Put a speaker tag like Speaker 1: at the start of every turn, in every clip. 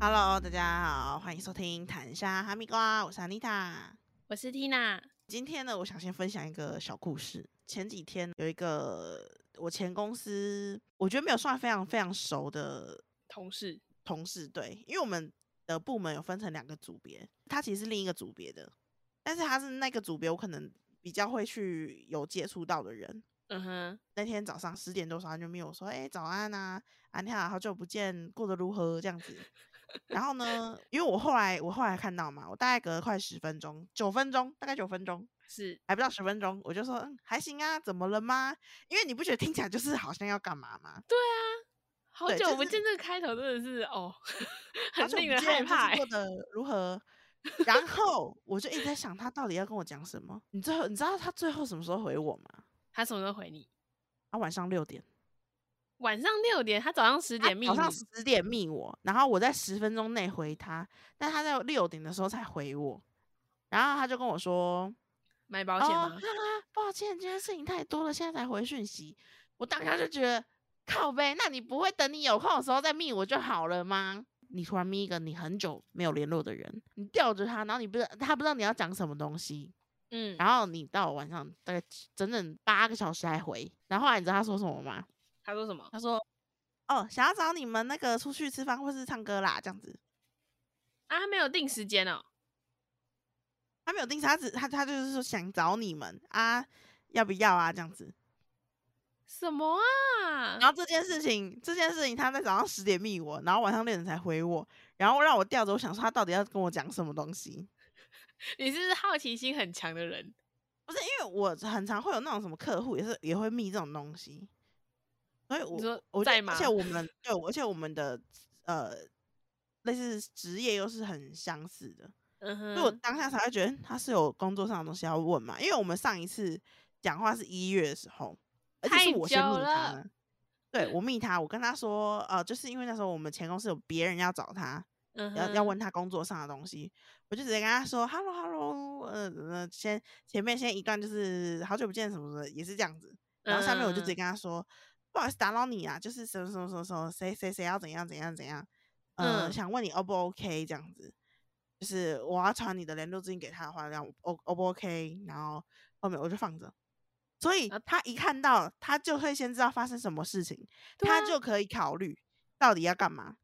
Speaker 1: Hello，大家好，欢迎收听《谈沙哈密瓜》，我是 Anita。
Speaker 2: 我是 Tina，
Speaker 1: 今天呢，我想先分享一个小故事。前几天有一个我前公司，我觉得没有算非常非常熟的
Speaker 2: 同事，
Speaker 1: 同事，对，因为我们的部门有分成两个组别，他其实是另一个组别的，但是他是那个组别，我可能比较会去有接触到的人。
Speaker 2: 嗯哼，
Speaker 1: 那天早上十点多的时候，他就密我说：“哎、早安啊，啊你好，好久不见，过得如何？”这样子。然后呢，因为我后来我后来看到嘛，我大概隔了快十分钟，九分钟，大概九分钟，
Speaker 2: 是
Speaker 1: 还不到十分钟，我就说：“嗯，还行啊，怎么了吗？”因为你不觉得听起来就是好像要干嘛吗？
Speaker 2: 好
Speaker 1: 对
Speaker 2: 久
Speaker 1: 就
Speaker 2: 不
Speaker 1: 是
Speaker 2: 见，这个开头真的是哦，
Speaker 1: 好
Speaker 2: 很
Speaker 1: 久
Speaker 2: 令
Speaker 1: 不
Speaker 2: 人害
Speaker 1: 见，
Speaker 2: 怕
Speaker 1: 最近
Speaker 2: 欸。
Speaker 1: 过得如何？然后我就一直在想，他到底要跟我讲什么？你最后你知道他最后什么时候回我吗？
Speaker 2: 他什么时候回你？
Speaker 1: 他晚上六点，
Speaker 2: 晚上六点，他早上十
Speaker 1: 他
Speaker 2: 点密
Speaker 1: 哎早
Speaker 2: 你，
Speaker 1: 上十点密我，然后我在十分钟内回他，但他在六点的时候才回我，然后他就跟我说：“
Speaker 2: 买保险
Speaker 1: 哦，
Speaker 2: 吗
Speaker 1: 哈？哈，抱歉，今天事情太多了，现在才回讯息。我当下就觉得靠呗，那你不会等你有空的时候再密我就好了吗？你突然密一个你很久没有联络的人，你吊着他，然后你不知道他不知道你要讲什么东西，
Speaker 2: 嗯，
Speaker 1: 然后你到晚上大概整整八个小时才回。然后后来你知道他说什么吗？
Speaker 2: 他说什么？
Speaker 1: 他说：“哦，想要找你们那个出去吃饭或是唱歌啦，这样子。”
Speaker 2: 啊，他没有定时间哦。
Speaker 1: 他没有定时，他只他他就是说想找你们啊，要不要啊这样子。
Speaker 2: 什么啊？
Speaker 1: 然后这件事情，这件事情他在早上十点密我，然后晚上六点才回我，然后让我吊着，我想说他到底要跟我讲什么东西？
Speaker 2: 你是不是好奇心很强的人？
Speaker 1: 不是因为我很常会有那种什么客户也是也会密这种东西，所以我
Speaker 2: 你说
Speaker 1: 我就
Speaker 2: 在
Speaker 1: 而
Speaker 2: 吗
Speaker 1: 且我们对，而且我们的呃类似职业又是很相似的，
Speaker 2: 嗯
Speaker 1: 所以我
Speaker 2: 哼，
Speaker 1: 当下才会觉得嗯他是有工作上的东西要问嘛，因为我们上一次讲话是一月的时候，而且
Speaker 2: 太
Speaker 1: 是我先
Speaker 2: 久
Speaker 1: 密他
Speaker 2: 了
Speaker 1: 的，对我密他，我跟他说，呃，就是因为那时候我们前公司有别人要找他，
Speaker 2: 嗯
Speaker 1: 要
Speaker 2: 哼，
Speaker 1: 要问他工作上的东西，我就直接跟他说，hello hello，呃呃，先前面先一段就是好久不见什么的，也是这样子，
Speaker 2: 嗯，
Speaker 1: 然后下面我就直接
Speaker 2: 接
Speaker 1: 跟他说，不好意思打扰你啊，就是什么什么什么什么谁谁谁要怎样怎样怎样，呃，
Speaker 2: 嗯
Speaker 1: 想问你 O 不 OK 这样子，就是我要传你的联络资讯给他的话，然后 O O 不 OK，然后后面我就放着。所以
Speaker 2: 啊
Speaker 1: 他一看到，他就会先知道发生什么事情，他
Speaker 2: 啊
Speaker 1: 就可以考虑到底要干嘛，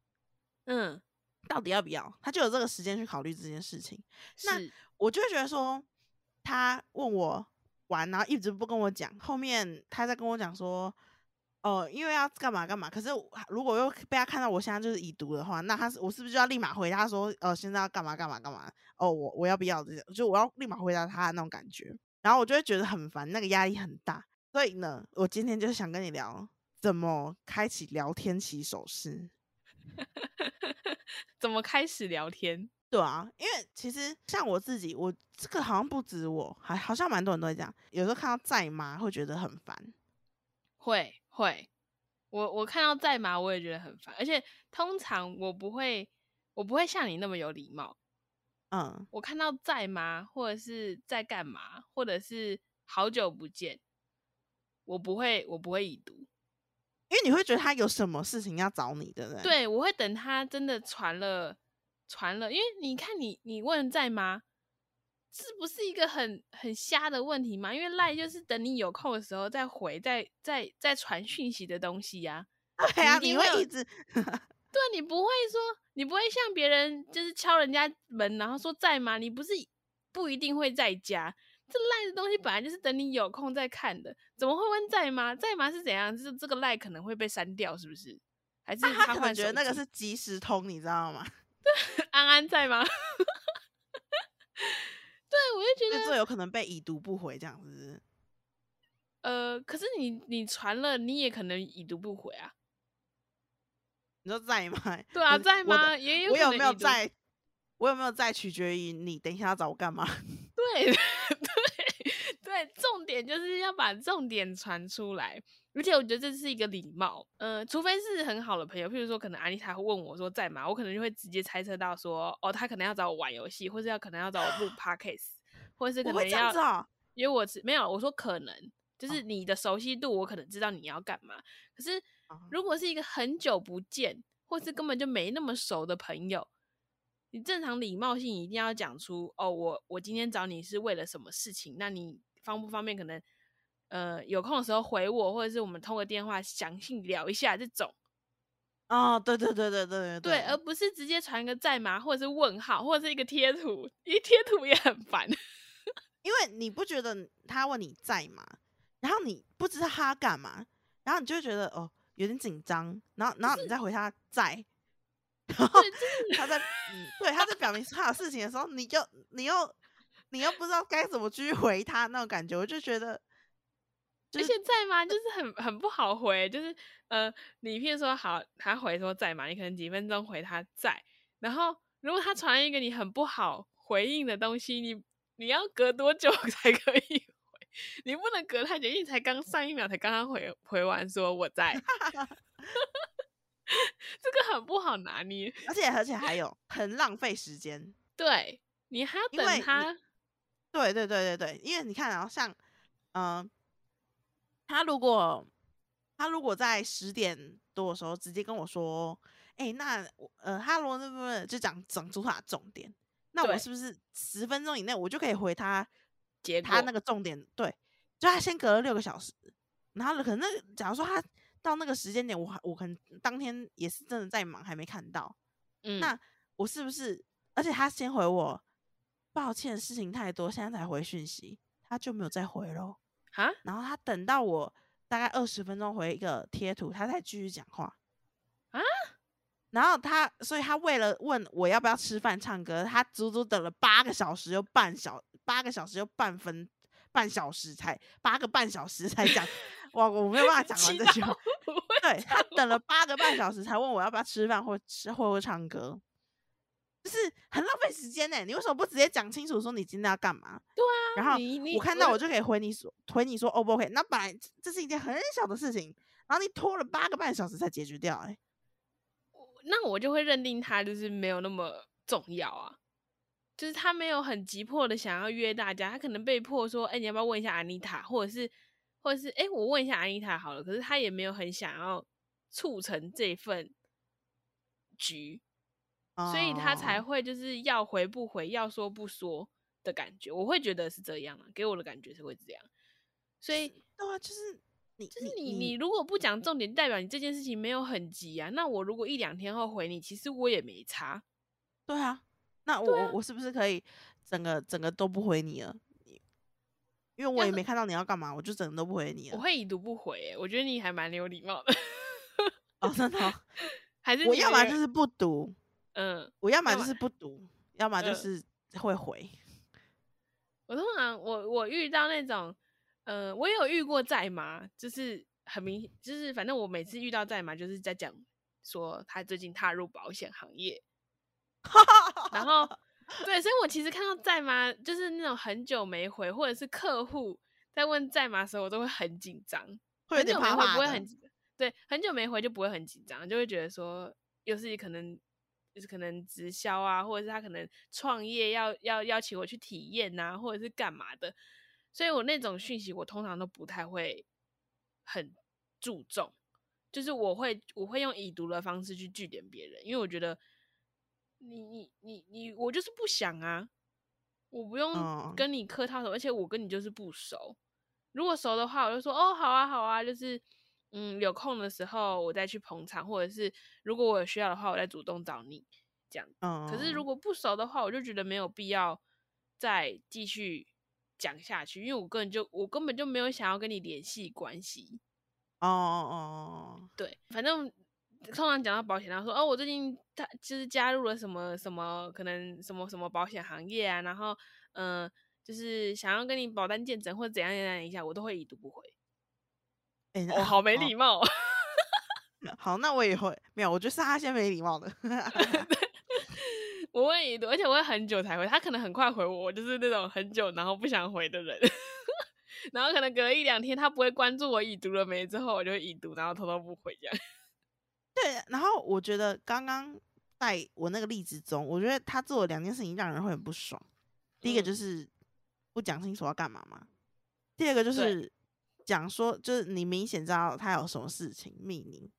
Speaker 2: 嗯
Speaker 1: 到底要不要，他就有这个时间去考虑这件事情。那
Speaker 2: 是
Speaker 1: 我就会觉得说，他问我玩，然后一直不跟我讲，后面他在跟我讲说，哦、因为要干嘛干嘛。可是我如果又被他看到我现在就是已读的话，那他是我是不是就要立马回答说，呃，现在要干嘛干嘛干嘛？哦，我我要不要这样？就我要立马回答他的那种感觉，然后我就会觉得很烦，那个压力很大。所以呢，我今天就是想跟你聊怎么开启聊天起手式。
Speaker 2: 怎么开始聊天？
Speaker 1: 对啊，因为其实像我自己，我这个好像不止我，还好像蛮多人都会这样。有时候看到在吗，会觉得很烦。
Speaker 2: 会会，我我看到在麻我也觉得很烦，而且通常我不会，我不会像你那么有礼貌。
Speaker 1: 嗯，
Speaker 2: 我看到在吗，或者是在干嘛，或者是好久不见，我不会，我不会已读。
Speaker 1: 因为你会觉得他有什么事情要找你，对不对？，
Speaker 2: 对，我会等他真的传了，传了，因为你看你你问在吗，这不是一个很很瞎的问题吗？因为赖就是等你有空的时候再回，再再再传讯息的东西呀、
Speaker 1: 对啊，
Speaker 2: 你一
Speaker 1: 你
Speaker 2: 定会有
Speaker 1: 会一直
Speaker 2: 对啊你不会说，你不会像别人就是敲人家门，然后说在吗？你不是不一定会在家。这赖的东西本来就是等你有空再看的，怎么会问在吗？在吗是怎样？就是这个赖可能会被删掉，是不是？还是
Speaker 1: 他可能
Speaker 2: 换
Speaker 1: 觉得
Speaker 2: 手
Speaker 1: 那个
Speaker 2: 机
Speaker 1: 是即时通，你知道吗？
Speaker 2: 安安在吗？ 对，我就觉
Speaker 1: 就
Speaker 2: 得
Speaker 1: 最有可能被已读不回这样子。
Speaker 2: 呃，可是你你传了，你也可能已读不回啊。
Speaker 1: 你说在吗？
Speaker 2: 对啊，
Speaker 1: 我
Speaker 2: 在
Speaker 1: 我的
Speaker 2: 吗？ 也有
Speaker 1: 我
Speaker 2: 可能
Speaker 1: 有没有
Speaker 2: 已读？
Speaker 1: 在？我有没有在？取决于你等一下要找我干嘛。
Speaker 2: 对 对对，重点就是要把重点传出来，而且我觉得这是一个礼貌。呃，除非是很好的朋友，譬如说可能安妮塔会问我说在吗，我可能就会直接猜测到说，哦，她可能要找我玩游戏，或是要可能要找我录 podcast，或者是可
Speaker 1: 啊我会
Speaker 2: 能
Speaker 1: 这样
Speaker 2: 要
Speaker 1: 子哦。
Speaker 2: 因为我只没有我说可能，就是
Speaker 1: 嗯
Speaker 2: 你的熟悉度，我可能知道你要干嘛。可是
Speaker 1: 哦
Speaker 2: 如果是一个很久不见，或是根本就没那么熟的朋友，你正常礼貌性一定要讲出哦，我我今天找你是为了什么事情？那你方不方便？可能呃有空的时候回我，或者是我们通个电话详细聊一下这种。
Speaker 1: 哦，对对对对对
Speaker 2: 对，
Speaker 1: 对，
Speaker 2: 而不是直接传个在吗，或者是问号，或者是一个贴图，一贴图也很烦。
Speaker 1: 因为你不觉得他问你在吗？然后你不知道他干嘛，然后你就会觉得哦有点紧张，然后然后你再回他在，然后
Speaker 2: 对，就是
Speaker 1: 他在嗯对他在表明他的事情的时候，你就你又你又不知道该怎么去回他那种感觉，我就觉得就
Speaker 2: 而
Speaker 1: 是
Speaker 2: 且在吗？就是很很不好回，就是呃，你譬如说好，他回说在吗？你可能几分钟回他在，然后如果他传一个你很不好回应的东西，你你要隔多久 才可以回？你不能隔太久，因为你才刚上一秒才刚刚回回完说我在， 这个很不好拿捏。
Speaker 1: 而且而且还有很浪费时间，
Speaker 2: 对你还要
Speaker 1: 因为
Speaker 2: 等
Speaker 1: 你
Speaker 2: 他，
Speaker 1: 对对对对对，因为你看啊，像嗯、呃他如果他如果在十点多的时候直接跟我说，哎、那我呃，哈罗那不就讲讲出他的重点，那我
Speaker 2: 对
Speaker 1: 是不是十分钟以内我就可以回他
Speaker 2: 结果
Speaker 1: 他那个重点？对，就他先隔了六个小时，然后可能那个假如说他到那个时间点，我还我可能当天也是真的在忙，还没看到，
Speaker 2: 嗯
Speaker 1: 那我是不是？而且他先回我，抱歉，事情太多，现在才回讯息，他就没有再回喽。
Speaker 2: 啊，
Speaker 1: 然后他等到我大概二十分钟回一个贴图，他才继续讲话
Speaker 2: 啊。
Speaker 1: 然后他，所以他为了问我要不要吃饭、唱歌，他足足等了八个小时又半小，八个小时又半分半小时才八个半小时才 讲，哇，我没有办法讲完
Speaker 2: 气
Speaker 1: 这句
Speaker 2: 到
Speaker 1: 话。
Speaker 2: 我会
Speaker 1: 对他
Speaker 2: 讲
Speaker 1: 等了八个半小时才问我要不要吃饭或吃或或唱歌，就是很浪费时间呢、你为什么不直接讲清楚说你今天要干嘛？
Speaker 2: 对啊，
Speaker 1: 然后
Speaker 2: 你你
Speaker 1: 我看到我就可以回你说回你说 O 不 OK？那本来这这是一件很小的事情，然后你拖了八个半小时才解决掉、欸，
Speaker 2: 那我就会认定他就是没有那么重要啊，就是他没有很急迫的想要约大家，他可能被迫说，哎、你要不要问一下安妮塔，或者是，或者是，哎、我问一下安妮塔好了，可是他也没有很想要促成这份局，所以他才
Speaker 1: 哦
Speaker 2: 会就是要回不回，要说不说的感觉，我会觉得是这样啊，给我的感觉是会这样，所以
Speaker 1: 对啊，就是你
Speaker 2: 就是
Speaker 1: 你
Speaker 2: 你
Speaker 1: 嗯
Speaker 2: 你如果不讲重点，代表你这件事情没有很急啊。那我如果一两天后回你，其实我也没差。
Speaker 1: 对啊，那我
Speaker 2: 对
Speaker 1: 我、
Speaker 2: 啊
Speaker 1: 我是不是可以整个整个都不回你了？你因为我
Speaker 2: 要
Speaker 1: 也
Speaker 2: 是
Speaker 1: 没看到你要干嘛，我就整个都不回你
Speaker 2: 我
Speaker 1: 了。
Speaker 2: 会已读不回、欸，我觉得你还蛮有礼貌的。
Speaker 1: 哦，真的哦、
Speaker 2: 还是
Speaker 1: 我
Speaker 2: 你
Speaker 1: 要
Speaker 2: 有
Speaker 1: 么
Speaker 2: 点
Speaker 1: 就是不读，
Speaker 2: 嗯，
Speaker 1: 我要么
Speaker 2: 要
Speaker 1: 就
Speaker 2: 么
Speaker 1: 是不读，要么就
Speaker 2: 嗯
Speaker 1: 是会 回。
Speaker 2: 我通常我我遇到那种，呃，我也有遇过在吗？就是很明显，就是反正我每次遇到在吗，就是在讲说他最近踏入保险行业，然后对，所以我其实看到在吗，就是那种很久没回，或者是客户在问在吗的时候，我都会很紧张。
Speaker 1: 会有
Speaker 2: 很
Speaker 1: 点
Speaker 2: 久没
Speaker 1: 怕
Speaker 2: 回
Speaker 1: 怕
Speaker 2: 不会
Speaker 1: 的
Speaker 2: 很紧对，很久没回就不会很紧张，就会觉得说又是可能就是可能直销啊，或者是他可能创业要要邀请我去体验呐、或者是干嘛的，所以我那种讯息我通常都不太会很注重，就是我会我会用已读的方式去据点别人，因为我觉得你你你你我就是不想啊，我不
Speaker 1: 嗯
Speaker 2: 用跟你客套什么，而且我跟你就是不熟。如果熟的话，我就说哦，好啊，好啊，就是嗯，有空的时候我再去捧场，或者是如果我有需要的话，我再主动找你这样。
Speaker 1: 嗯，
Speaker 2: 可是如果不熟的话，我就觉得没有必要再继续讲下去，因为我根本就我根本就没有想要跟你联系关系。
Speaker 1: 哦哦
Speaker 2: 对，反正通常讲到保险，他说哦，我最近他就是加入了什么什么，可能什么什么保险行业啊，然后嗯、呃就是想要跟你保单见证或者怎样怎样一下，我都会已读不回。
Speaker 1: 哦，诶
Speaker 2: 哦，好没礼貌哦。
Speaker 1: 那好，那我也会没有，我觉得是他先没礼貌的。
Speaker 2: 我会已读，而且我会很久才回，他可能很快回我，我就是那种很久然后不想回的人。 然后可能隔一两天，他不会关注我已读了没，之后我就会已读，然后偷偷不回这样。
Speaker 1: 对，然后我觉得刚刚在我那个例子中，我觉得他做了两件事情让人会很不爽。第一个就
Speaker 2: 嗯
Speaker 1: 是不讲清楚要干嘛嘛，第二个就
Speaker 2: 对
Speaker 1: 是讲说，就是你明显知道他有什么事情命令，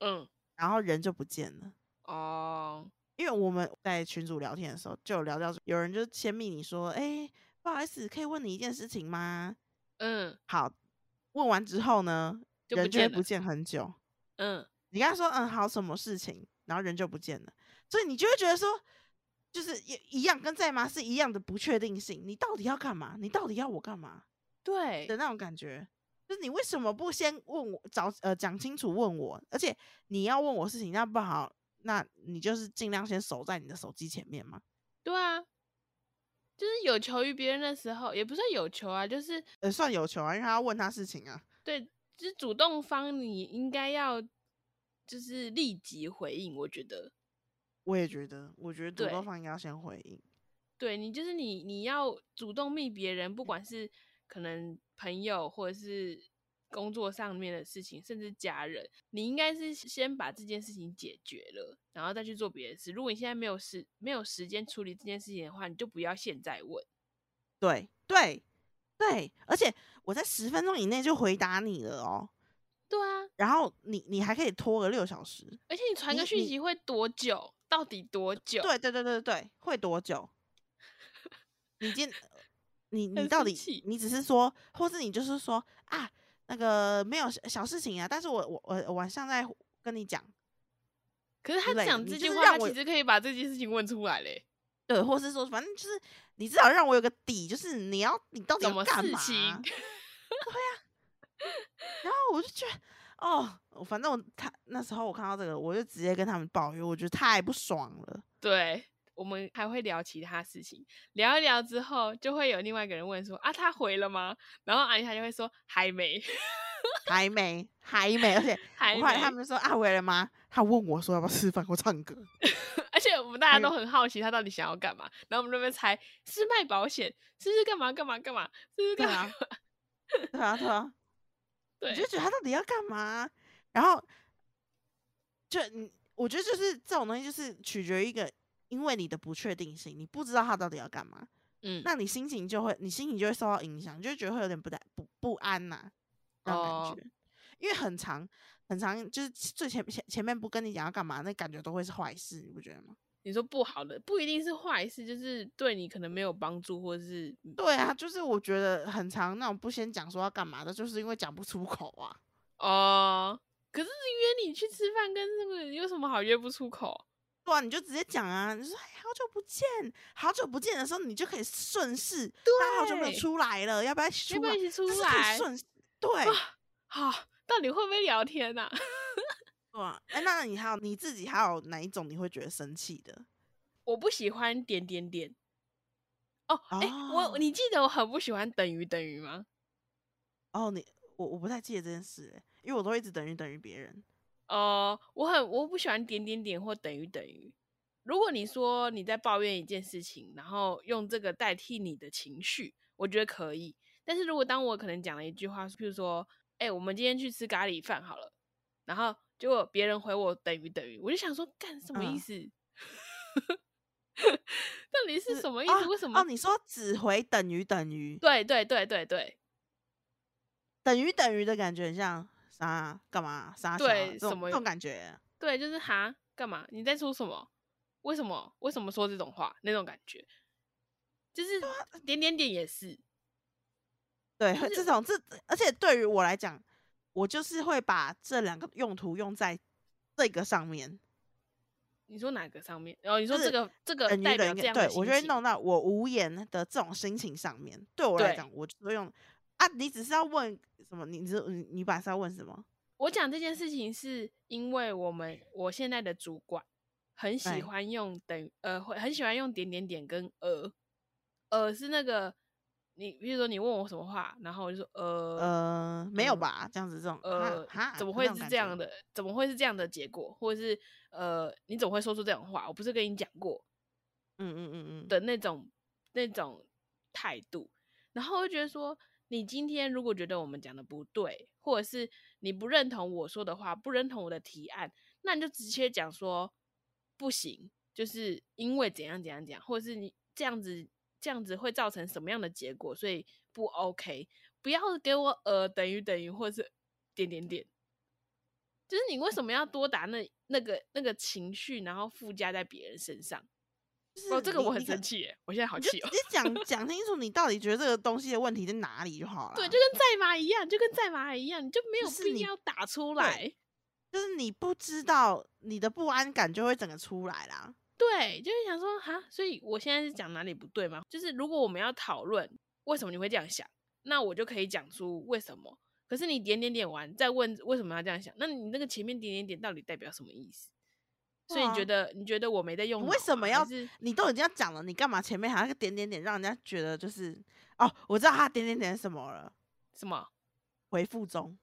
Speaker 2: 嗯，
Speaker 1: 然后人就不见了，
Speaker 2: 哦，
Speaker 1: 因为我们在群组聊天的时候就有聊到，有人就先密你说，哎、不好意思，可以问你一件事情吗？
Speaker 2: 嗯
Speaker 1: 好，问完之后呢，
Speaker 2: 就不
Speaker 1: 人就会
Speaker 2: 见了
Speaker 1: 不见很久。
Speaker 2: 嗯，
Speaker 1: 你跟他说，嗯，好，什么事情，然后人就不见了，所以你就会觉得说，就是也一样跟在吗是一样的不确定性，你到底要干嘛？你到底要我干嘛
Speaker 2: 对
Speaker 1: 的，那种感觉。就是你为什么不先问我找呃讲清楚问我？而且你要问我事情，那不好，那你就是尽量先守在你的手机前面嘛。
Speaker 2: 对啊，就是有求于别人的时候，也不算有求啊，就是
Speaker 1: 呃，算有求啊，因为他要问他事情啊。
Speaker 2: 对，就是主动方你应该要就是立即回应，我觉得。
Speaker 1: 我也觉得，我觉得主动
Speaker 2: 对
Speaker 1: 方应该要先回应。
Speaker 2: 对你就是你，你要主动密别人，不管是可能朋友或者是工作上面的事情，甚至家人，你应该是先把这件事情解决了，然后再去做别的事。如果你现在没有时没有时间处理这件事情的话，你就不要现在问。
Speaker 1: 对对对，而且我在十分钟以内就回答你了哦。
Speaker 2: 对啊，
Speaker 1: 然后你你还可以拖个六小时。
Speaker 2: 而且你传个
Speaker 1: 你
Speaker 2: 讯
Speaker 1: 你
Speaker 2: 息会多久？到底多久？
Speaker 1: 对对对对对，会多久？你今你你
Speaker 2: 很
Speaker 1: 到
Speaker 2: 生
Speaker 1: 底
Speaker 2: 气
Speaker 1: 你只是说，或是你就是说啊，那个没有小小事情啊，但是我我我我晚上再跟你讲，
Speaker 2: 可是他
Speaker 1: 之类的
Speaker 2: 讲
Speaker 1: 你
Speaker 2: 这
Speaker 1: 就
Speaker 2: 句
Speaker 1: 是
Speaker 2: 话，
Speaker 1: 让
Speaker 2: 他
Speaker 1: 我
Speaker 2: 其实可以把这件事情问出来嘞。
Speaker 1: 对，或是说反正就是你至少让我有个底，就是你要你到底
Speaker 2: 什
Speaker 1: 要
Speaker 2: 么
Speaker 1: 干
Speaker 2: 事
Speaker 1: 嘛？啊
Speaker 2: 情？
Speaker 1: 然后我就觉得哦，我反正我他那时候我看到这个，我就直接跟他们抱怨，我觉得太不爽了。
Speaker 2: 对，我们还会聊其他事情，聊一聊之后，就会有另外一个人问说：“啊，他回了吗？”然后阿丽塔就会说：“还没，
Speaker 1: 还没，还没，而且
Speaker 2: 还
Speaker 1: 我
Speaker 2: 没
Speaker 1: 后。来他”们就说啊，回来了吗？他问我说要不要吃饭或唱歌。
Speaker 2: 而且我们大家
Speaker 1: 还
Speaker 2: 都很好奇他到底想要干嘛，然后我们那边猜是卖保险，是不是干嘛干嘛干嘛，是不是
Speaker 1: 对
Speaker 2: 干嘛
Speaker 1: 啊？对啊，对啊，
Speaker 2: 对
Speaker 1: 你就觉得他到底要干嘛？然后就你，我觉得就是这种东西，就是取决于一个，因为你的不确定性，你不知道他到底要干嘛，
Speaker 2: 嗯，
Speaker 1: 那你心情就会，你心情就会受到影响，你就会觉得会有点不太不不安呐、那种
Speaker 2: 哦
Speaker 1: 感觉。因为很长很长，就是最前前前面不跟你讲要干嘛，那感觉都会是坏事，你不觉得吗？
Speaker 2: 你说不好的不一定是坏事，就是对你可能没有帮助，或者是
Speaker 1: 对啊，就是我觉得很长那种不先讲说要干嘛的，就是因为讲不出口啊。
Speaker 2: 哦、可是约你去吃饭跟那个有什么好约不出口？
Speaker 1: 对啊，你就直接讲啊，你说哎，好久不见，好久不见的时候，你就可以顺势，大家好久没有
Speaker 2: 对
Speaker 1: 出来了，要不要一起出
Speaker 2: 要不要
Speaker 1: 来
Speaker 2: 一？起出
Speaker 1: 就是可以
Speaker 2: 来？
Speaker 1: 顺势对
Speaker 2: 好、到底会不会聊天啊 呐、
Speaker 1: 对啊，哎，那你还有你自己还有哪一种你会觉得生气的？
Speaker 2: 我不喜欢点点点。哦，哎、
Speaker 1: 哦
Speaker 2: 我你记得我很不喜欢等于等于吗？
Speaker 1: 哦，你我我不太记得这件事欸，因为我都一直等于等于别人。
Speaker 2: 哦、我很我不喜欢点点点或等于等于。如果你说你在抱怨一件事情，然后用这个代替你的情绪，我觉得可以。但是如果当我可能讲了一句话，譬如说，哎、我们今天去吃咖喱饭好了，然后结果别人回我等于等于，我就想说，干什么意
Speaker 1: 嗯
Speaker 2: 思？ 到底是
Speaker 1: 就
Speaker 2: 什么意
Speaker 1: 啊
Speaker 2: 思？为什么
Speaker 1: 哦，你说只回等于等于，
Speaker 2: 对对对对对
Speaker 1: 等于等于的感觉很像啥干嘛啥小啊
Speaker 2: 对
Speaker 1: 这种
Speaker 2: 什么
Speaker 1: 这种感觉？
Speaker 2: 对，就是哈，干嘛？你在说什么？为什么？为什么说这种话？那种感觉，就是
Speaker 1: 啊
Speaker 2: 点点点也是，
Speaker 1: 对，
Speaker 2: 就
Speaker 1: 会这
Speaker 2: 是
Speaker 1: 种这，而且对于我来讲，我就是会把这两个用途用在这个上面，
Speaker 2: 你说哪个上面？然、后你说
Speaker 1: 就
Speaker 2: 这
Speaker 1: 是
Speaker 2: 个这个
Speaker 1: 等于
Speaker 2: 代表
Speaker 1: 等
Speaker 2: 这
Speaker 1: 于，
Speaker 2: 样
Speaker 1: 对
Speaker 2: 的
Speaker 1: 我
Speaker 2: 心
Speaker 1: 就会
Speaker 2: 情
Speaker 1: 弄到我无言的这种心情上面。对我来
Speaker 2: 对
Speaker 1: 讲，我就会用啊，你只是要问什么？你只你你本来是要问什么？
Speaker 2: 我讲这件事情是因为我们我现在的主管很
Speaker 1: 哎
Speaker 2: 喜欢用等于呃，会很喜欢用点点点跟呃呃是那个你，比如说你问我什么话，然后我就说呃
Speaker 1: 呃，没有
Speaker 2: 嗯
Speaker 1: 吧？这样子这种，
Speaker 2: 呃
Speaker 1: 哈，
Speaker 2: 怎么
Speaker 1: 那
Speaker 2: 会
Speaker 1: 种
Speaker 2: 是
Speaker 1: 感
Speaker 2: 这样
Speaker 1: 觉？
Speaker 2: 的？怎么会是这样的结果？或者是呃你怎么会说出这种话？我不是跟你讲过
Speaker 1: 嗯嗯嗯嗯，
Speaker 2: 的那种那种态度，然后我就觉得说。你今天如果觉得我们讲的不对，或者是你不认同我说的话，不认同我的提案，那你就直接讲说不行，就是因为怎样怎样怎样，或者是你这样子这样子会造成什么样的结果，所以不 OK，不要给我呃等于等于或者是点点点，就是你为什么要多打那那个那个情绪，然后附加在别人身上？
Speaker 1: 就是
Speaker 2: 哦，这个
Speaker 1: 你
Speaker 2: 我很
Speaker 1: 你可
Speaker 2: 生气耶，我现在好
Speaker 1: 你就
Speaker 2: 气哦。
Speaker 1: 直接讲讲清楚，你到底觉得这个东西的问题在哪里就好了。
Speaker 2: 对，就跟在麻一样，就跟在麻一样，你就没有
Speaker 1: 是
Speaker 2: 必
Speaker 1: 你
Speaker 2: 要打出
Speaker 1: 对
Speaker 2: 来。
Speaker 1: 就是你不知道，你的不安感就会整个出来啦。
Speaker 2: 对，就是想说哈，所以我现在是讲哪里不对吗？就是如果我们要讨论为什么你会这样想，那我就可以讲出为什么。可是你点点点完再问为什么要这样想，那你那个前面点点点到底代表什么意思？所以
Speaker 1: 对
Speaker 2: 你觉
Speaker 1: 啊
Speaker 2: 得你觉得我没在用
Speaker 1: 你
Speaker 2: 脑吗？
Speaker 1: 为什么要
Speaker 2: 还是
Speaker 1: 你都已经要讲了，你干嘛前面还要个点点点，让人家觉得就是哦，我知道他点点点什么了，
Speaker 2: 什么？
Speaker 1: 回复中。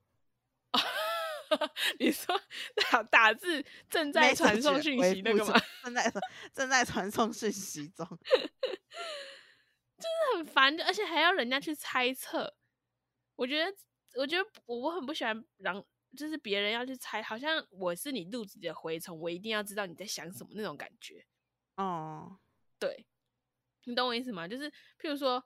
Speaker 2: 你说 打打字正在传
Speaker 1: message
Speaker 2: 送讯
Speaker 1: 回
Speaker 2: 息那
Speaker 1: 复
Speaker 2: 个吗
Speaker 1: 中？正在传正在传送讯息中。
Speaker 2: 很烦，而且还要人家去猜测。我觉得，我觉得我我很不喜欢让，就是别人要去猜，好像我是你肚子里的蛔虫，我一定要知道你在想什么那种感觉。
Speaker 1: 哦，
Speaker 2: 对，你懂我意思吗？就是譬如说，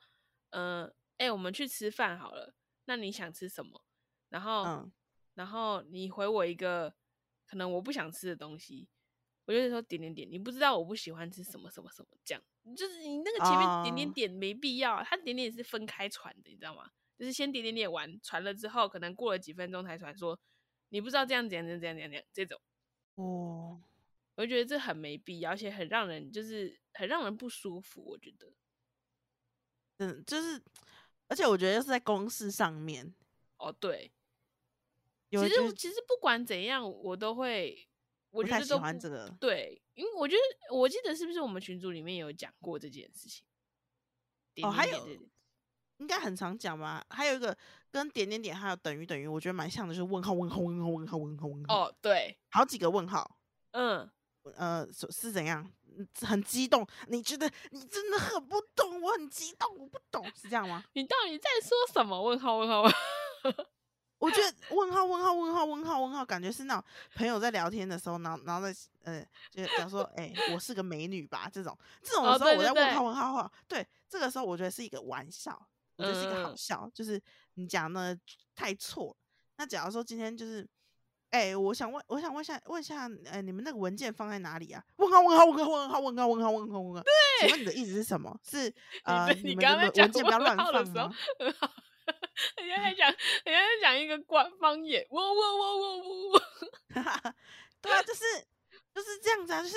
Speaker 2: 呃，哎、我们去吃饭好了，那你想吃什么？然后，
Speaker 1: 嗯，
Speaker 2: 然后你回我一个可能我不想吃的东西，我就是说点点点，你不知道我不喜欢吃什么什么什么这样，就是你那个前面点点
Speaker 1: 哦
Speaker 2: 点没必要、啊，它点点是分开传的，你知道吗？就是先点点点完传了之后，可能过了几分钟才传说你不知道这样怎样怎样怎样怎样怎样这种，
Speaker 1: 哦，
Speaker 2: 我就觉得这很没必要，而且很让人就是很让人不舒服，我觉得。
Speaker 1: 嗯，就是，而且我觉得是在公式上面，
Speaker 2: 哦，对，
Speaker 1: 有
Speaker 2: 其
Speaker 1: 人
Speaker 2: 实
Speaker 1: 就
Speaker 2: 我
Speaker 1: 是
Speaker 2: 其实不管怎样，我都会，我
Speaker 1: 不
Speaker 2: 觉
Speaker 1: 太
Speaker 2: 得
Speaker 1: 喜
Speaker 2: 都
Speaker 1: 欢
Speaker 2: 不
Speaker 1: 这个
Speaker 2: 对，因为我觉得我记得是不是我们群组里面有讲过这件事情？点
Speaker 1: 哦，还
Speaker 2: 点
Speaker 1: 有
Speaker 2: 点点点
Speaker 1: 应该很常讲吧？还有一个跟点点点还有等于等于，我觉得蛮像的，就是问号问号问号问号问号问号，
Speaker 2: 哦，对，
Speaker 1: 好几个问号。
Speaker 2: 嗯，
Speaker 1: 呃，是是怎样？嗯很激动？你觉得你真的很不懂？我很激动，我不懂，是这样吗？
Speaker 2: 你到底在说什么？问号问号问号，
Speaker 1: 我觉得问号问号问号问号问号，感觉是那种朋友在聊天的时候，然后然后在呃，就讲说，哎、我是个美女吧？这种这种
Speaker 2: 哦
Speaker 1: 的时候，
Speaker 2: 对
Speaker 1: 我
Speaker 2: 对
Speaker 1: 在问号
Speaker 2: 对
Speaker 1: 问号问号，对，这个时候我觉得是一个玩笑，我觉得是一个
Speaker 2: 嗯
Speaker 1: 好笑，就是你讲的太错了。那假如说今天就是，哎、我想问，我想问一下，问一下，呃，你们那个文件放在哪里啊？问号问号问号问号问号问号问号问号，请问你的意思是什么？是呃，
Speaker 2: 对你
Speaker 1: 们
Speaker 2: 刚
Speaker 1: 的
Speaker 2: 刚在
Speaker 1: 文文件
Speaker 2: 讲
Speaker 1: 不要
Speaker 2: 问
Speaker 1: 乱
Speaker 2: 号
Speaker 1: 放
Speaker 2: 的时候
Speaker 1: 吗？，
Speaker 2: 很好， 人家在讲，人家在讲一个官方言，我我我我我 我，
Speaker 1: 对啊，就是就是这样子啊，就是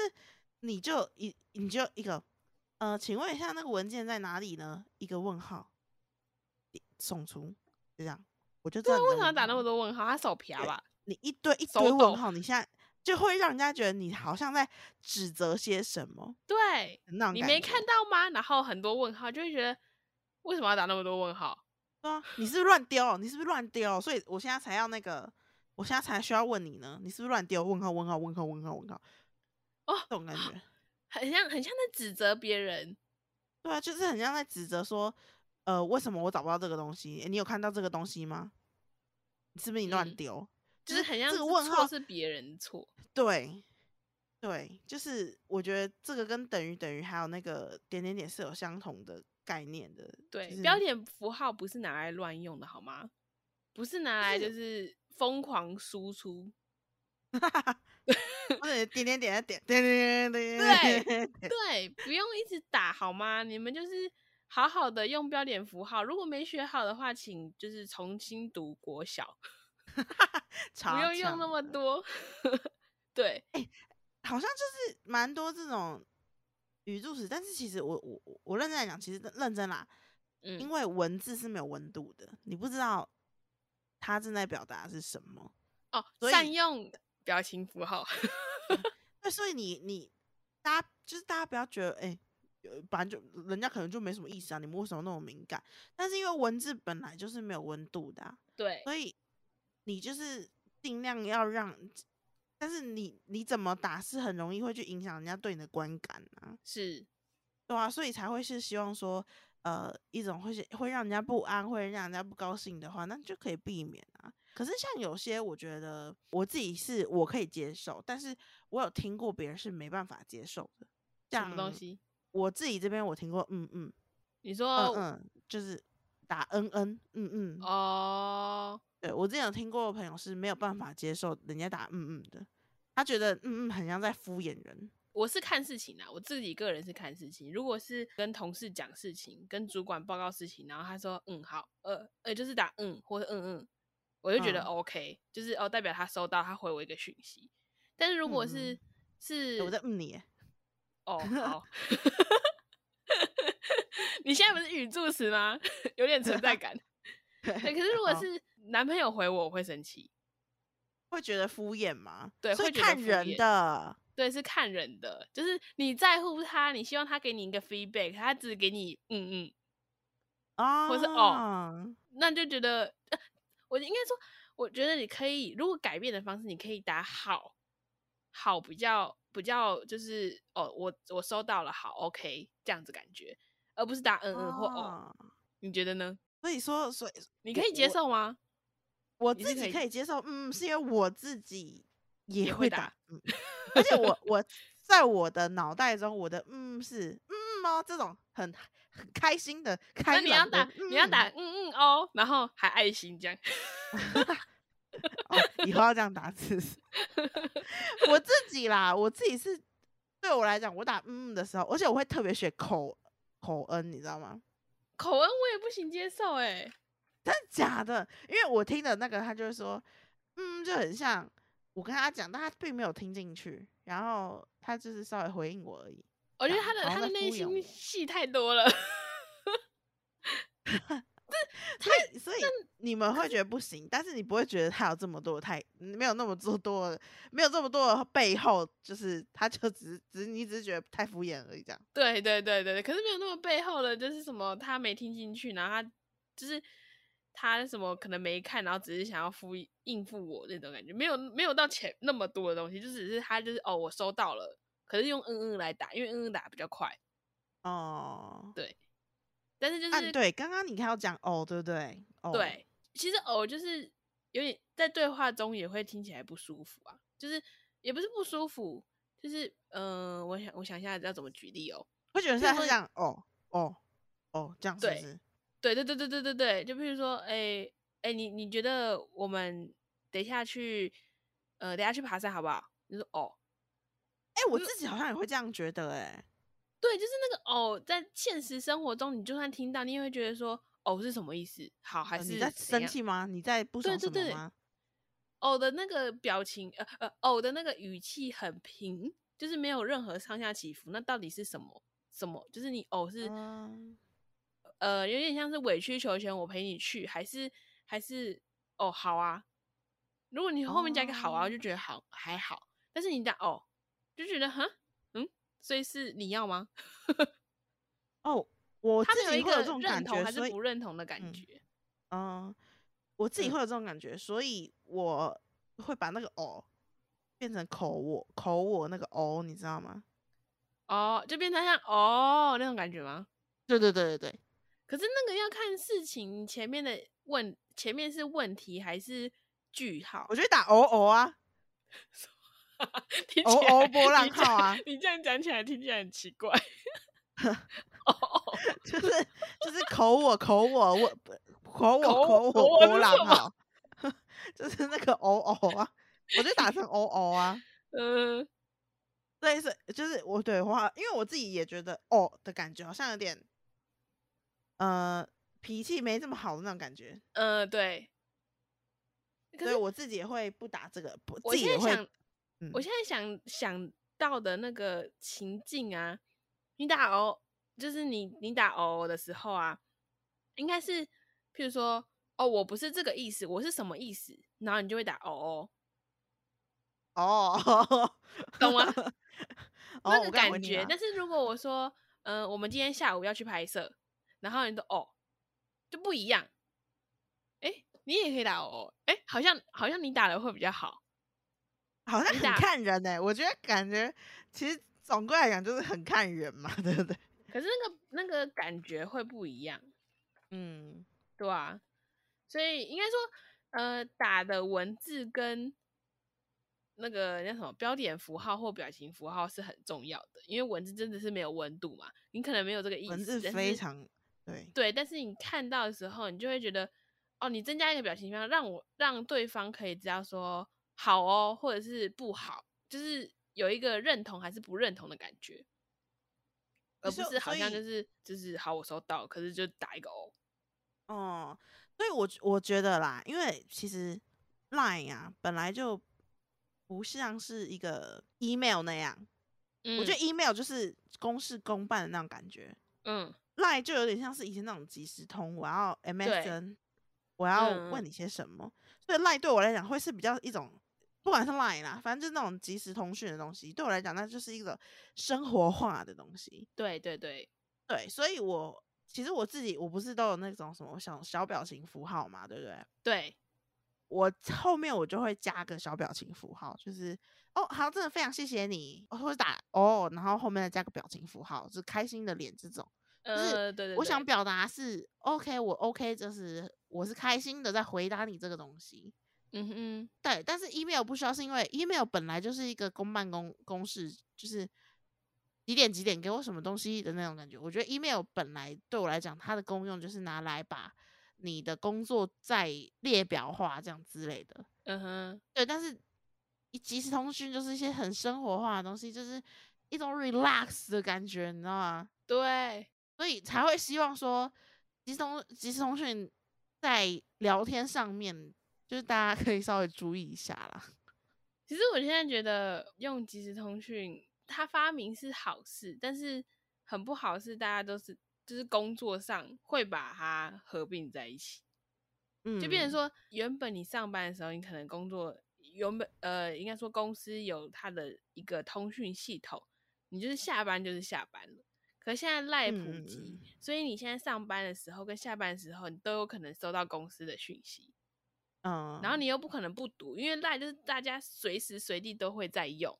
Speaker 1: 你就一你就一个呃，请问一下那个文件在哪里呢？一个问号，点送出，就这样，我就知道
Speaker 2: 对啊，
Speaker 1: 你在
Speaker 2: 为什么要
Speaker 1: 问
Speaker 2: 打那
Speaker 1: 号
Speaker 2: 么多问号？他手撇
Speaker 1: 对
Speaker 2: 吧？
Speaker 1: 你一堆一
Speaker 2: 手
Speaker 1: 堆
Speaker 2: 抖
Speaker 1: 问号，你现在就会让人家觉得你好像在指责些什么
Speaker 2: 对，
Speaker 1: 那种
Speaker 2: 你
Speaker 1: 感
Speaker 2: 没
Speaker 1: 觉
Speaker 2: 看到吗？然后很多问号，就会觉得为什么要打那么多问号？
Speaker 1: 对啊，你是不是乱丢？你是不是乱丢？哦所以我现在才要那个，我现在才需要问你呢，你是不是乱丢？问号问号问号问号问号，
Speaker 2: 哦
Speaker 1: 这种感觉。
Speaker 2: 很像很像在指责别人。
Speaker 1: 对啊，就是很像在指责说，呃，为什么我找不到这个东西？诶你有看到这个东西吗？是不是你乱
Speaker 2: 嗯
Speaker 1: 丢？
Speaker 2: 就
Speaker 1: 就是是
Speaker 2: 很像
Speaker 1: 这个
Speaker 2: 是
Speaker 1: 问
Speaker 2: 错
Speaker 1: 号
Speaker 2: 是别人的错，
Speaker 1: 对，对，就是我觉得这个跟等于等于还有那个点点点是有相同的概念的。
Speaker 2: 对，
Speaker 1: 就是
Speaker 2: 标点符号不是拿来乱用的好吗？不是拿来就是疯狂输出，
Speaker 1: 或者点点点点点点点
Speaker 2: 对
Speaker 1: 点点点，
Speaker 2: 对，不用一直打好吗？你们就是好好的用标点符号，如果没学好的话，请就是重新读国小，不
Speaker 1: 超
Speaker 2: 用用
Speaker 1: 强
Speaker 2: 那么
Speaker 1: 的
Speaker 2: 多。 对，
Speaker 1: 好像就是蛮多这种语助词，但是其实我我我我认真来讲，其实认真啦，因
Speaker 2: 嗯，
Speaker 1: 为文字是没有温度的，你不知道他正在表达的是什么，
Speaker 2: 哦，
Speaker 1: 所
Speaker 2: 善
Speaker 1: 以
Speaker 2: 用表情符号，
Speaker 1: 那所以你你大家就是大家不要觉得哎。呃反正就人家可能就没什么意思啊，你们为什么那么敏感？但是因为文字本来就是没有温度的啊、
Speaker 2: 对，
Speaker 1: 所以你就是尽量要让，但是你你怎么打是很容易会去影响人家对你的观感啊。
Speaker 2: 是，
Speaker 1: 对啊，所以才会是希望说，呃，一种会是会让人家不安，会让人家不高兴的话，那就可以避免啊。可是像有些，我觉得我自己是我可以接受，但是我有听过别人是没办法接受的。
Speaker 2: 什
Speaker 1: 像
Speaker 2: 么东西？
Speaker 1: 我自己这边，我听过，嗯嗯
Speaker 2: 你
Speaker 1: 嗯
Speaker 2: 说，
Speaker 1: 嗯，就是打嗯嗯嗯嗯，
Speaker 2: 哦，
Speaker 1: 对我之前有听过朋友是没有办法接受人家打嗯嗯的，他觉得嗯嗯很像在敷衍人。
Speaker 2: 我是看事情啊，我自己个人是看事情。如果是跟同事讲事情，跟主管报告事情，然后他说嗯好，呃呃就是打嗯或者嗯嗯，我就觉得
Speaker 1: 嗯
Speaker 2: OK，、就是哦代表他收到，他回我一个讯息。但是如果是、
Speaker 1: 嗯
Speaker 2: 是
Speaker 1: 欸我在嗯你耶，
Speaker 2: 哦 好，你现在不是语助词吗？ 有点存 在感。对，可是如果
Speaker 1: 好
Speaker 2: 是男朋友回我，我会生气。
Speaker 1: 会觉得敷衍吗？
Speaker 2: 对
Speaker 1: 所以
Speaker 2: 会觉得
Speaker 1: 看
Speaker 2: 敷
Speaker 1: 人
Speaker 2: 衍
Speaker 1: 的。
Speaker 2: 对，是看人的，就是你在乎他，你希望他给你一个 feedback，他只给你嗯嗯，
Speaker 1: 啊，
Speaker 2: 是哦那就觉得，呃我应该说，我觉得你可以，如果改变的方式，你可以打好，好比较比较就是哦，我我收到了，好，OK，这样子感觉，而不是打嗯嗯或哦，
Speaker 1: 啊
Speaker 2: 你觉得呢？
Speaker 1: 所以说，所以
Speaker 2: 你
Speaker 1: 我
Speaker 2: 可以接
Speaker 1: 我
Speaker 2: 受吗？
Speaker 1: 我
Speaker 2: 你是
Speaker 1: 自
Speaker 2: 可
Speaker 1: 己
Speaker 2: 以
Speaker 1: 可以接受，嗯，是因为我自己也
Speaker 2: 也
Speaker 1: 会
Speaker 2: 会
Speaker 1: 打
Speaker 2: 打，
Speaker 1: 嗯，而且 我我在我的脑袋中，我的嗯是嗯哦，这种很很开心的
Speaker 2: 那
Speaker 1: 开
Speaker 2: 你要
Speaker 1: 朗的，
Speaker 2: 打，你要
Speaker 1: 嗯
Speaker 2: 打嗯嗯哦，然后还爱心这样，
Speaker 1: 哦，以后要这样打字。我自己啦，我自己是对我来讲，我打嗯嗯的时候，而且我会特别学口口恩，你知道吗？
Speaker 2: 口恩我也不行接受哎、
Speaker 1: 真的假的？因为我听的那个，他就会说，嗯，就很像我跟他讲，但他并没有听进去，然后他就是稍微回应我而已。
Speaker 2: 我觉得
Speaker 1: 讲
Speaker 2: 他的
Speaker 1: 好像
Speaker 2: 他的
Speaker 1: 在
Speaker 2: 内
Speaker 1: 敷衍
Speaker 2: 心
Speaker 1: 我
Speaker 2: 戏太多了。
Speaker 1: 所以，所以你们会觉得不行，但是你不会觉得他有这么多太没有那么做多的，没有这么多的背后，就是他就只是只是你只是觉得太敷衍而已，这样。
Speaker 2: 对对对对对，可是没有那么背后的，就是什么他没听进去，然后他就是他什么可能没看，然后只是想要敷应付我那种感觉，没有没有到前那么多的东西，就只是他就是哦我收到了，可是用嗯嗯来打，因为嗯嗯打比较快，
Speaker 1: 哦，
Speaker 2: 但是就是、
Speaker 1: 啊，对，刚刚你还要讲哦，对不对？哦，，
Speaker 2: 对，其实哦就是有点在对话中也会听起来不舒服啊，就是也不是不舒服，就是嗯、呃我想我想一下要怎么举例哦，
Speaker 1: 会觉得
Speaker 2: 譬
Speaker 1: 是他
Speaker 2: 如
Speaker 1: 是
Speaker 2: 说你
Speaker 1: 这样哦哦哦这样是不
Speaker 2: 对
Speaker 1: 是？
Speaker 2: 对对对对对对对，就比如说，哎、哎、你你觉得我们等一下去，呃，等一下去爬山好不好？你说哦，
Speaker 1: 哎、我自己好像也会这样觉得、哎，
Speaker 2: 对，就是那个哦，在现实生活中，你就算听到，你也会觉得说哦是什么意思？好还
Speaker 1: 呃
Speaker 2: 是
Speaker 1: 你在
Speaker 2: 怎
Speaker 1: 生
Speaker 2: 样
Speaker 1: 气吗？你在不爽
Speaker 2: 对对
Speaker 1: 什么
Speaker 2: 对
Speaker 1: 吗？，
Speaker 2: 哦的那个表情，呃呃，哦的那个语气很平，就是没有任何上下起伏。那到底是什么？什么？就是你哦是
Speaker 1: 嗯，
Speaker 2: 呃，有点像是委曲求全，我陪你去，还是还是哦好啊。如果你后面加一个好啊，
Speaker 1: 哦
Speaker 2: 就觉得好还好，但是你讲哦，就觉得哈嗯，所以是你要吗？
Speaker 1: 哦，我
Speaker 2: 他
Speaker 1: 自
Speaker 2: 们有
Speaker 1: 己
Speaker 2: 一
Speaker 1: 会有
Speaker 2: 个
Speaker 1: 这种
Speaker 2: 认
Speaker 1: 感
Speaker 2: 同
Speaker 1: 觉，
Speaker 2: 还
Speaker 1: 所
Speaker 2: 是
Speaker 1: 以
Speaker 2: 不认同的感
Speaker 1: 嗯
Speaker 2: 觉。
Speaker 1: 嗯，我自己
Speaker 2: 嗯
Speaker 1: 会有这种感觉，所以我会把那个哦变成口我口我那个哦，你知道吗？
Speaker 2: 哦，就变成像哦那种感觉吗？
Speaker 1: 对对对对对，
Speaker 2: 可是那个要看事情你前面的问，前面是问题还是句号
Speaker 1: 我？觉得打哦哦啊，
Speaker 2: 听
Speaker 1: 哦
Speaker 2: 起来
Speaker 1: 哦波浪
Speaker 2: 你这样
Speaker 1: 号啊
Speaker 2: 你这样讲起来听起来很奇怪。
Speaker 1: 就是就是口我口我我不口我
Speaker 2: 口我
Speaker 1: 口我
Speaker 2: 口我是
Speaker 1: 波
Speaker 2: 什
Speaker 1: 浪
Speaker 2: 么
Speaker 1: 号， 就是那个哦哦啊， 我就打成哦哦啊。
Speaker 2: 嗯、
Speaker 1: 对，是就是我对我好，因为我自己也觉得哦的感觉好像有点，呃，脾气没这么好的那种感觉，
Speaker 2: 嗯，对。可
Speaker 1: 所以
Speaker 2: 是
Speaker 1: 我自己也会不打这个，不
Speaker 2: 我
Speaker 1: 自己
Speaker 2: 现
Speaker 1: 也
Speaker 2: 在
Speaker 1: 会
Speaker 2: 想，我
Speaker 1: 嗯
Speaker 2: 现在想想到的那个情境啊，你打哦，就是你你打哦的时候啊，应该是譬如说哦，我不是这个意思，我是什么意思，然后你就会打哦哦，
Speaker 1: 哦，
Speaker 2: 懂吗？
Speaker 1: 哦，
Speaker 2: 那
Speaker 1: 我刚
Speaker 2: 个
Speaker 1: 才
Speaker 2: 感
Speaker 1: 问你
Speaker 2: 觉
Speaker 1: 嘛。
Speaker 2: 但是如果我说，嗯、我们今天下午要去拍摄，然后你说哦，就不一样。哎、你也可以打哦，哎、好像好像你打的会比较好。
Speaker 1: 好像
Speaker 2: 你
Speaker 1: 很
Speaker 2: 打
Speaker 1: 看人呢、我觉得感觉其实总归来讲就是很看人嘛，对不对？
Speaker 2: 可是那个那个感觉会不一样，
Speaker 1: 嗯，
Speaker 2: 对啊，所以应该说，呃，打的文字跟那个叫什么标点符号或表情符号是很重要的，因为文字真的是没有温度嘛，你可能没有这个意思，
Speaker 1: 文字
Speaker 2: 但
Speaker 1: 非
Speaker 2: 是
Speaker 1: 常对，
Speaker 2: 对，但是你看到的时候，你就会觉得哦，你增加一个表情包，让我让对方可以知道说好哦，或者是不好，就是有一个认同还是不认同的感觉，
Speaker 1: 呃
Speaker 2: 而不
Speaker 1: 所以
Speaker 2: 是好
Speaker 1: 所
Speaker 2: 像就
Speaker 1: 以
Speaker 2: 是就是好我收到，可是就打一个哦。
Speaker 1: 哦、所以我觉我觉得啦，因为其实 Line 啊本来就不像是一个 email 那样，
Speaker 2: 嗯，
Speaker 1: 我觉得 email 就是公事公办的那种感觉
Speaker 2: 嗯
Speaker 1: ，Line 就有点像是以前那种即时通，我要 MSN，我要问你些什么，所以 Line 对我来讲会是比较一种。不管是 Line 啦，反正就是那种即时通讯的东西，对我来讲，那就是一个生活化的东西。
Speaker 2: 对对对，
Speaker 1: 对，所以我其实我自己我不是都有那种什么小小表情符号嘛，对不对？
Speaker 2: 对，
Speaker 1: 我后面我就会加个小表情符号，就是哦，好，真的非常谢谢你，或者打哦，然后后面再加个表情符号，就是开心的脸这种。是
Speaker 2: 呃，对对，
Speaker 1: 我想
Speaker 2: 对
Speaker 1: 表达是 OK，我 OK，就是我是开心的在回答你这个东西。
Speaker 2: 嗯哼
Speaker 1: 对，但是 email 不需要，是因为 email 本来就是一个公办公公式，就是几点几点给我什么东西的那种感觉。我觉得 email 本来对我来讲，它的功用就是拿来把你的工作再列表化这样之类的。
Speaker 2: 嗯哼，
Speaker 1: 对，但是一即时通讯就是一些很生活化的东西，就是一种 relax 的感觉，你知道吗？
Speaker 2: 对，
Speaker 1: 所以才会希望说，即时通即时通讯在聊天上面，就是大家可以稍微注意一下 啦。
Speaker 2: 其实我现在觉得用即时通讯，它发明是好事，但是很不好是大家都是就是工作上会把它合并在一起，
Speaker 1: 嗯，
Speaker 2: 就变成说原本你上班的时候，你可能工作原本呃应该说公司有它的一个通讯系统，你就是下班就是下班了。可现在赖普
Speaker 1: 嗯
Speaker 2: 及，
Speaker 1: 嗯
Speaker 2: 所以你现在上班的时候跟下班的时候，你都有可能收到公司的讯息。
Speaker 1: 嗯，
Speaker 2: 然后你又不可能不读，因为赖就是大家随时随地都会在用，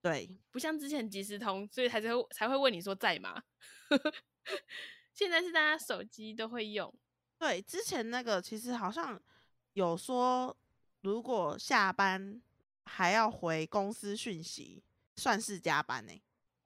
Speaker 1: 对，
Speaker 2: 不像之前即时通，所以才才会才会问你说在吗？ 现在是大家手机都会用，
Speaker 1: 对，之前那个其实好像有说，如果下班还要回公司讯息，算是加班欸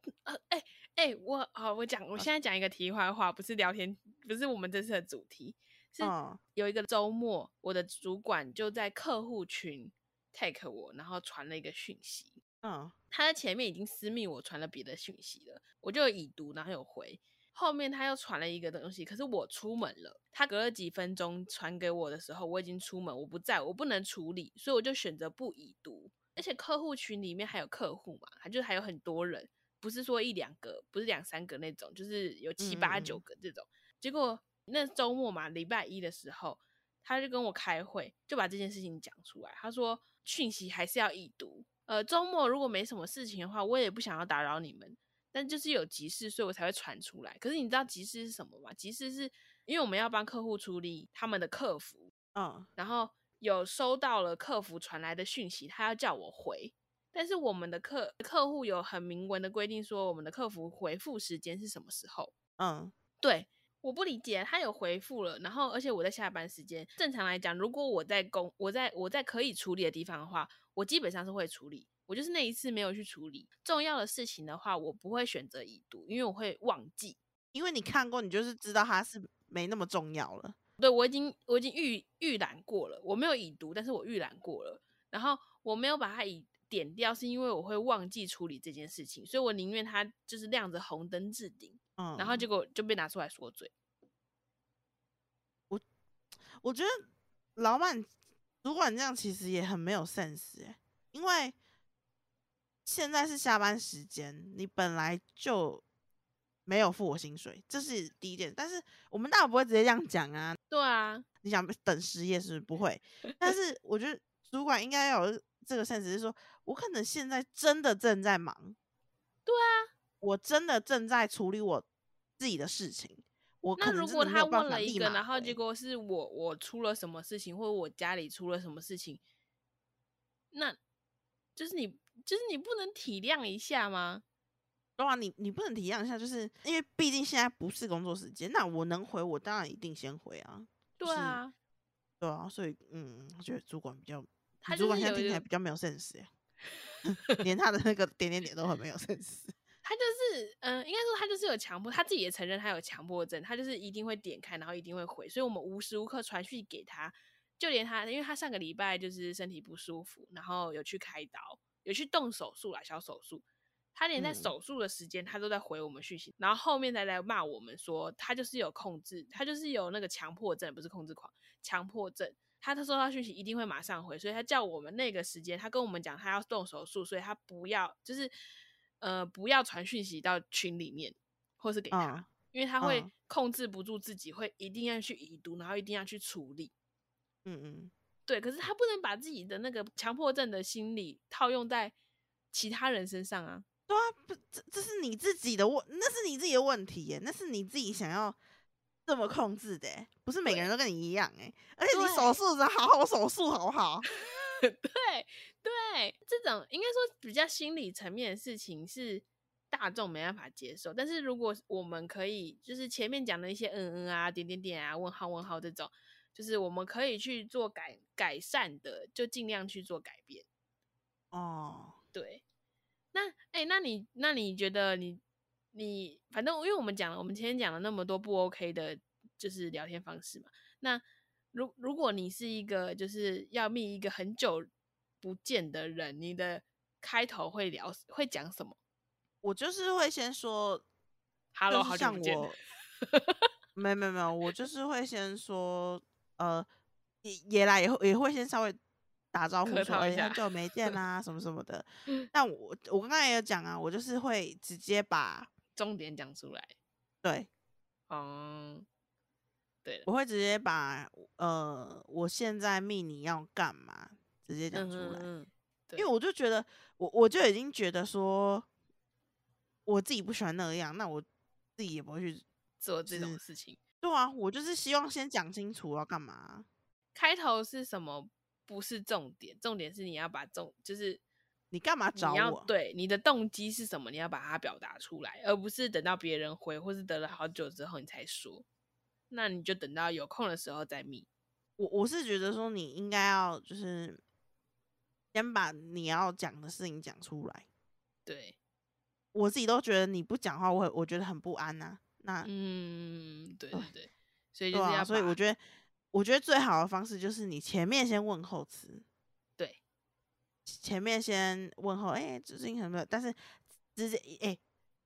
Speaker 1: 呢、
Speaker 2: 呃，哎、哎、我好，我讲，我现在讲一个题外话，不是聊天，不是我们这次的主题，是
Speaker 1: 嗯
Speaker 2: 有一个周末，我的主管就在客户群 take 我，然后传了一个讯息，
Speaker 1: 嗯
Speaker 2: 他在前面已经私密我传了别的讯息了，我就有已读，然后有回。后面他又传了一个东西，可是我出门了。他隔了几分钟传给我的时候，我已经出门，我不在，我不能处理，所以我就选择不已读。而且客户群里面还有客户嘛，他就是还有很多人，不是说一两个，不是两三个那种，就是有七八
Speaker 1: 嗯嗯
Speaker 2: 九个这种。结果那周末嘛，礼拜一的时候，他就跟我开会，就把这件事情讲出来。他说讯息还是要已读。呃，周末如果没什么事情的话，我也不想要打扰你们，但就是有急事，所以我才会传出来。可是你知道急事是什么吗？急事是因为我们要帮客户处理他们的客服，
Speaker 1: 嗯
Speaker 2: 然后有收到了客服传来的讯息，他要叫我回。但是我们的客客户有很明文的规定，说我们的客服回复时间是什么时候。
Speaker 1: 嗯
Speaker 2: 对，我不理解，他有回复了，然后而且我在下班时间，正常来讲，如果我在公，我在我在可以处理的地方的话，我基本上是会处理。我就是那一次没有去处理重要的事情的话，我不会选择已读，因为我会忘记。
Speaker 1: 因为你看过，你就是知道它是没那么重要了。
Speaker 2: 对我已经我已经预预览过了，我没有已读，但是我预览过了，然后我没有把它已点掉，是因为我会忘记处理这件事情，所以我宁愿它就是亮着红灯置顶，
Speaker 1: 嗯，
Speaker 2: 然后结果就被拿出来说嘴。
Speaker 1: 我觉得老板主管这样其实也很没有 sense，、欸、因为现在是下班时间，你本来就没有付我薪水，这是第一点。但是我们当然不会直接这样讲啊，
Speaker 2: 对啊，
Speaker 1: 你想等失业是不是不 会？但是我觉得主管应该要有这个 sense，是说我可能现在真的正在忙，
Speaker 2: 对啊，
Speaker 1: 我真的正在处理我自己的事情。我
Speaker 2: 那
Speaker 1: 可能
Speaker 2: 如
Speaker 1: 真
Speaker 2: 果
Speaker 1: 的没
Speaker 2: 他
Speaker 1: 有办
Speaker 2: 问
Speaker 1: 法
Speaker 2: 了一
Speaker 1: 立
Speaker 2: 个，
Speaker 1: 马
Speaker 2: 然后结
Speaker 1: 回
Speaker 2: 果是我我出了什么事情，或者我家里出了什么事情，那就是你就是你不能体谅一下吗？
Speaker 1: 对啊，你你不能体谅一下，就是因为毕竟现在不是工作时间，那我能回，我当然一定先回啊。就
Speaker 2: 对
Speaker 1: 是
Speaker 2: 啊，
Speaker 1: 对啊，所以嗯，我觉得主管比较，
Speaker 2: 他
Speaker 1: 你主
Speaker 2: 就
Speaker 1: 管
Speaker 2: 是
Speaker 1: 现在
Speaker 2: 有
Speaker 1: 听
Speaker 2: 一
Speaker 1: 起来
Speaker 2: 个
Speaker 1: 比较没有 sense，欸连他的那个点点点都很没有 sense。
Speaker 2: 他他就是，嗯、应该说他就是有强迫，他自己也承认他有强迫症，他就是一定会点开，然后一定会回，所以我们无时无刻传讯息给他，就连他，因为他上个礼拜就是身体不舒服，然后有去开刀，有去动手术啦，小手术，他连在
Speaker 1: 嗯
Speaker 2: 手术的时间他都在回我们讯息，然后后面才来骂我们说他就是有控制，他就是有那个强迫症，不是控制狂，强迫症。他他收到讯息一定会马上回，所以他叫我们那个时间，他跟我们讲他要动手术，所以他不要就是呃不要传讯息到群里面，或是给他，
Speaker 1: 嗯
Speaker 2: 因为他会
Speaker 1: 嗯
Speaker 2: 控制不住自己，会一定要去已读，然后一定要去处理。
Speaker 1: 嗯嗯，
Speaker 2: 对，可是他不能把自己的那个强迫症的心理套用在其他人身上啊。
Speaker 1: 对啊，不，这这是你自己的问，那是你自己的问题耶，那是你自己想要这么控制的耶，不是每个人都跟你一样哎，而且你手
Speaker 2: 对
Speaker 1: 术的好好手术好不好？
Speaker 2: 对对，这种应该说比较心理层面的事情是大众没办法接受，但是如果我们可以，就是前面讲的一些嗯嗯啊、点点点啊、问号问号这种，就是我们可以去做改改善的，就尽量去做改变。
Speaker 1: 哦，
Speaker 2: 对，那哎、那你那你觉得你你反正因为我们讲了，我们今天讲了那么多不 OK 的，就是聊天方式嘛。那如如果你是一个就是要觅一个很久不见的人，你的开头会聊会讲什么
Speaker 1: 我就是会先说
Speaker 2: ？Hello，
Speaker 1: 就
Speaker 2: 好
Speaker 1: 是
Speaker 2: 久
Speaker 1: 像
Speaker 2: 不 见。
Speaker 1: 我，没有没有没有，我就是会先说，呃，也也啦，也会也会先稍微打招呼
Speaker 2: 客
Speaker 1: 说，
Speaker 2: 套
Speaker 1: 哎、
Speaker 2: 一下嗯
Speaker 1: 很久没 见啦、什么什么的。但我我刚刚也有讲啊，我就是会直接把
Speaker 2: 重点讲出来。
Speaker 1: 对，
Speaker 2: 嗯，对了，
Speaker 1: 我会直接把呃我现在命你要干嘛直接讲
Speaker 2: 嗯
Speaker 1: 出来，
Speaker 2: 嗯
Speaker 1: 因
Speaker 2: 对
Speaker 1: 为我就觉得我我就已经觉得说我自己不喜欢那样，那我自己也不会去。
Speaker 2: 做这种
Speaker 1: 是
Speaker 2: 事情，
Speaker 1: 对啊，我就是希望先讲清楚我要干嘛啊、
Speaker 2: 开头是什么不是重点，重点是你要把重就是
Speaker 1: 你干嘛找
Speaker 2: 你要
Speaker 1: 我？
Speaker 2: 对你的动机是什么，你要把它表达出来，而不是等到别人回，或是等了好久之后你才说。那你就等到有空的时候再密。
Speaker 1: 我我是觉得说你应该要就是先把你要讲的事情讲出来。
Speaker 2: 对，
Speaker 1: 我自己都觉得你不讲话，我很我觉得很不安呐、啊那、
Speaker 2: 嗯，对对
Speaker 1: 对
Speaker 2: 对，所以就
Speaker 1: 哦对
Speaker 2: 是
Speaker 1: 啊，
Speaker 2: 要把，
Speaker 1: 所以我觉得我觉得最好的方式就是你前面先问候词，
Speaker 2: 对，
Speaker 1: 前面先问候，哎、最近很热，但是直接哎、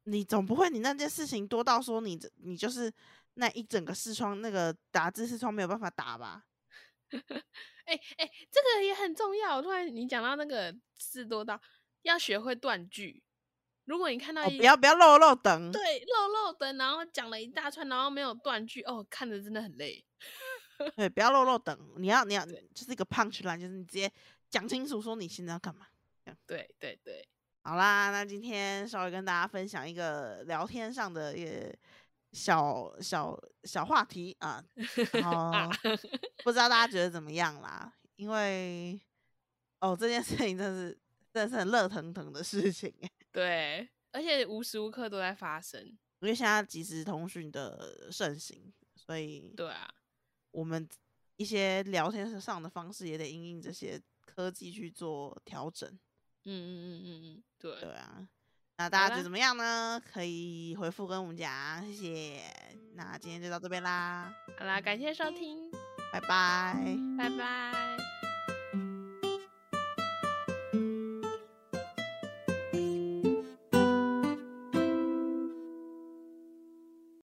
Speaker 1: 你总不会你那件事情多到说你这你就是那一整个视窗那个打字视窗没有办法打吧？
Speaker 2: 哎哎、这个也很重要。突然你讲到那个事多到要学会断句，如果你看到
Speaker 1: 哦，
Speaker 2: 一、
Speaker 1: 不要不要漏漏等，
Speaker 2: 对漏漏的，然后讲了一大串，然后没有断句，哦，看着真的很累。
Speaker 1: 对，不要漏漏等，你要你要
Speaker 2: 对
Speaker 1: 就是一个 punch line，就是你直接讲清楚说你现在要干嘛。
Speaker 2: 对对对，
Speaker 1: 好啦，那今天稍微跟大家分享一个聊天上的一个小小小话题啊，然
Speaker 2: 啊
Speaker 1: 后不知道大家觉得怎么样啦？因为哦，这件事情真是真的是很热腾腾的事情欸，
Speaker 2: 对，而且无时无刻都在发生。
Speaker 1: 因为现在即时通讯的盛行，所以
Speaker 2: 对啊，
Speaker 1: 我们一些聊天上的方式也得因应这些科技去做调整。
Speaker 2: 嗯嗯嗯嗯嗯，对，
Speaker 1: 对啊，那大家觉
Speaker 2: 啦
Speaker 1: 得怎么样呢？可以回复跟我们讲，谢谢。那今天就到这边啦，
Speaker 2: 好啦，感谢收听，
Speaker 1: 拜拜。
Speaker 2: 拜拜。